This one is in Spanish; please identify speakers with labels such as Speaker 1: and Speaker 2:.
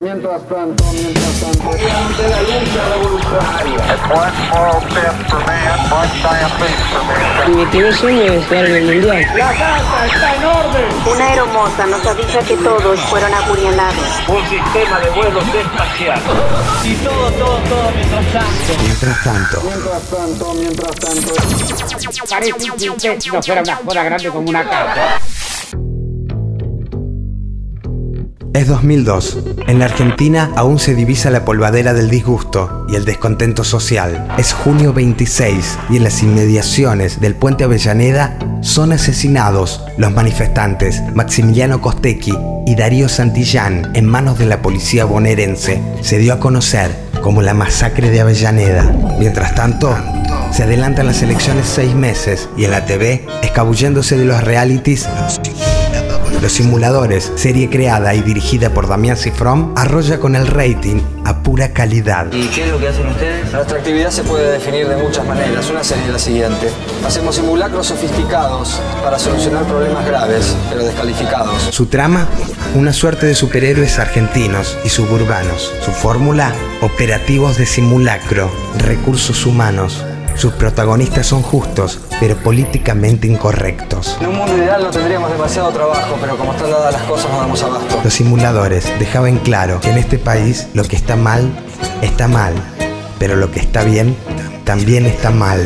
Speaker 1: Mientras tanto, mientras tanto, ante la lucha revolucionaria.
Speaker 2: Mi primer sueño es jugar en el mundial.
Speaker 1: La casa está en orden.
Speaker 3: Una aeromoza nos avisa que todos fueron apuñalados.
Speaker 1: Un sistema de vuelos espacial.
Speaker 4: Mientras tanto,
Speaker 1: Mientras tanto, mientras tanto.
Speaker 4: es 2002. En la Argentina aún se divisa la polvadera del disgusto y el descontento social. Es junio 26 y en las inmediaciones del puente Avellaneda son asesinados los manifestantes Maximiliano Costequi y Darío Santillán en manos de la policía bonaerense. Se dio a conocer como la masacre de Avellaneda. Mientras tanto, se adelantan las elecciones seis meses y en la TV, escabulléndose de los realities, Los Simuladores, serie creada y dirigida por Damián Cifrón, arrolla con el rating a pura calidad.
Speaker 5: ¿Y qué es lo que hacen ustedes?
Speaker 6: Nuestra actividad se puede definir de muchas maneras. Una sería la siguiente. Hacemos simulacros sofisticados para solucionar problemas graves, pero descalificados.
Speaker 4: Su trama, una suerte de superhéroes argentinos y suburbanos. Su fórmula, operativos de simulacro, recursos humanos. Sus protagonistas son justos, pero políticamente incorrectos.
Speaker 6: En un mundo ideal no tendríamos demasiado trabajo, pero como están dadas las cosas no damos abasto.
Speaker 4: Los simuladores dejaban claro que en este país lo que está mal está mal, pero lo que está bien también está mal.